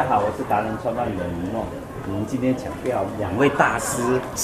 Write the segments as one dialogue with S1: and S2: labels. S1: 大家好，我是达人创办人吴梦。我们今天强调两位大师，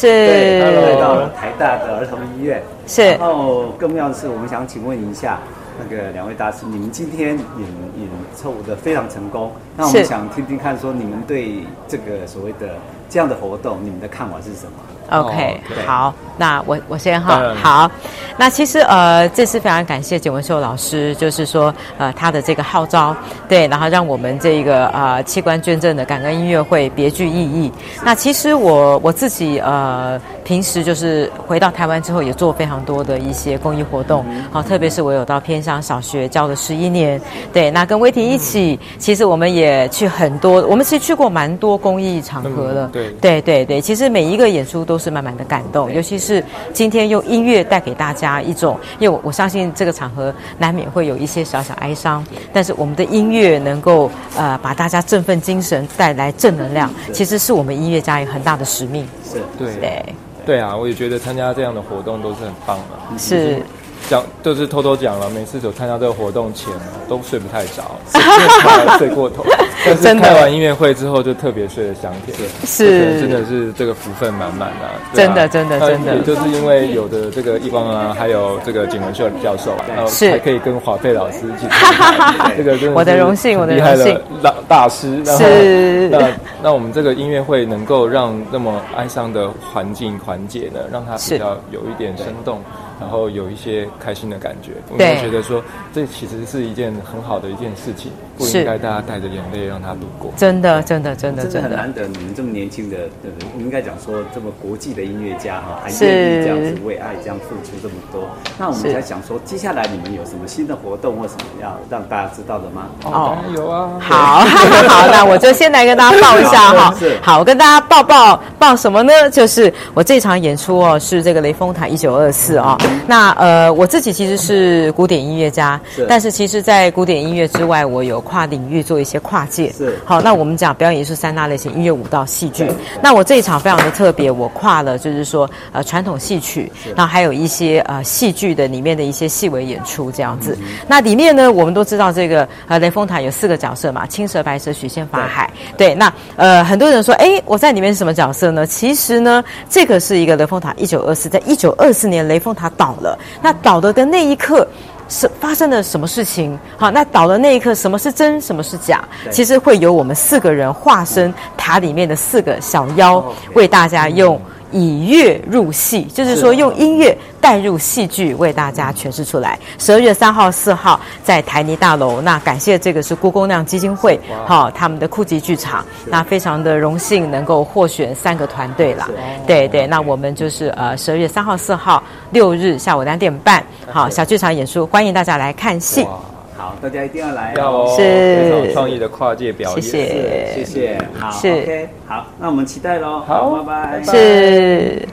S1: 对，他们来到
S2: 是
S1: 了台大的儿童医院。
S2: 是
S1: 然，后更妙的是，我们想请问一下，那个两位大师，你们今天演演奏的非常成功，那我们
S2: 是
S1: 想听听看，说你们对这个所谓的这样的活动，你们的看法是什么？
S2: OK，、
S1: 对
S2: 好，那我我先
S3: 哦当
S2: 哈
S3: 然，
S2: 好，那其实呃，这次非常感谢简文秀老师，就是说呃他的这个号召，对，然后让我们这一个呃器官捐赠的感恩音乐会别具意义。那其实我我自己呃平时就是回到台湾之后也做非常多的一些公益活动，
S3: 嗯
S2: 好、特别是我有到偏乡小学教了十一年，对，那跟威婷一起，其实我们也去很多，我们其实去过蛮多公益场合了，
S3: 嗯对
S2: 对对对，其实每一个演出都是满满的感动，尤其是今天用音乐带给大家一种，因为我我相信这个场合难免会有一些小小哀伤，但是我们的音乐能够呃把大家振奋精神，带来正能量，其实是我们音乐家有很大的使命。
S1: 是
S3: 对
S2: 对，
S3: 对啊，我也觉得参加这样的活动都是很棒的。
S2: 是
S3: 讲就是偷偷讲了，每次有参加这个活动前啊都睡不 太着，睡过头睡过头。但是
S2: 真的
S3: 开完音乐会之后就特别睡得香甜，
S2: 是
S3: 真的是这个福分满满的啊、对啊
S2: 真的真的
S3: 那
S2: 真的
S3: 也就是因为有的这个易光啊，还有这个景文秀教授，呃
S2: 是
S3: 还可以跟华佩老师 一起参加，这个真的是
S2: 我的荣幸我的
S3: 厉害
S2: 荣幸
S3: 了大大师。然后
S2: 是
S3: 那 那我们这个音乐会能够让那么哀伤的环境缓解呢，让它
S2: 是
S3: 比较有一点生动，然后有一些开心的感觉。我
S2: 对
S3: 们觉得说，这其实是一件很好的一件事情，不
S2: 是
S3: 应该大家带着眼泪让它度过。
S2: 真的真的真的
S1: 真的
S2: 真
S1: 很
S2: 的，
S1: 难得，你们这么年轻的，对不对？我们应该讲说，这么国际的音乐家哈，还
S2: 是
S1: 愿意这样子为爱这样付出这么多。那我们
S2: 是
S1: 才想说，接下来你们有什么新的活动或什么要让大家知道的吗？
S2: 哦
S3: 当然有啊，
S2: 好 好，那我就先来跟大家报一下哈
S1: 是。
S2: 好，我跟大家报报报什么呢？就是我这场演出哦，是这个雷峰塔一九二四啊。
S1: 嗯
S2: 那呃，我自己其实是古典音乐家，
S1: 是
S2: 但是其实，在古典音乐之外，我有跨领域做一些跨界。
S1: 是
S2: 好，那我们讲表演艺术三大类型：音乐、舞蹈、戏剧。那我这一场非常的特别，我跨了就是说呃传统戏曲，然后还有一些呃戏剧的里面的一些细微演出这样子。那里面呢，我们都知道这个呃雷峰塔有四个角色嘛，青蛇、白蛇、许仙、法海。对，那呃很多人说，哎，我在里面是什么角色呢？其实呢，这个是一个雷峰塔一九二四，在一九二四年雷峰塔倒了，那倒的的那一刻。是发生了什么事情？好，那倒的那一刻，什么是真，什么是假？其实会由我们四个人化身塔里面的四个小妖，为大家用以乐入戏，就是说用音乐带入戏剧，为大家诠释出来。十二月三号、四号在台泥大楼，那感谢这个是郭公亮基金会，好、他们的酷极剧场，那非常的荣幸能够获选三个团队啦。对对，那我们就是呃十二月三号、四号、六日下午两点半，好小剧场演出，欢迎大家来看戏。
S3: 哇，
S1: 好，大家一定要来
S3: 要哦，
S1: 哦。
S2: 是
S3: 非常有创意的跨界表演，
S2: 谢谢
S1: 谢谢，好
S2: 是
S1: ，OK，好，那我们期待喽。
S3: 好
S1: 拜拜。
S3: 拜拜
S2: 是。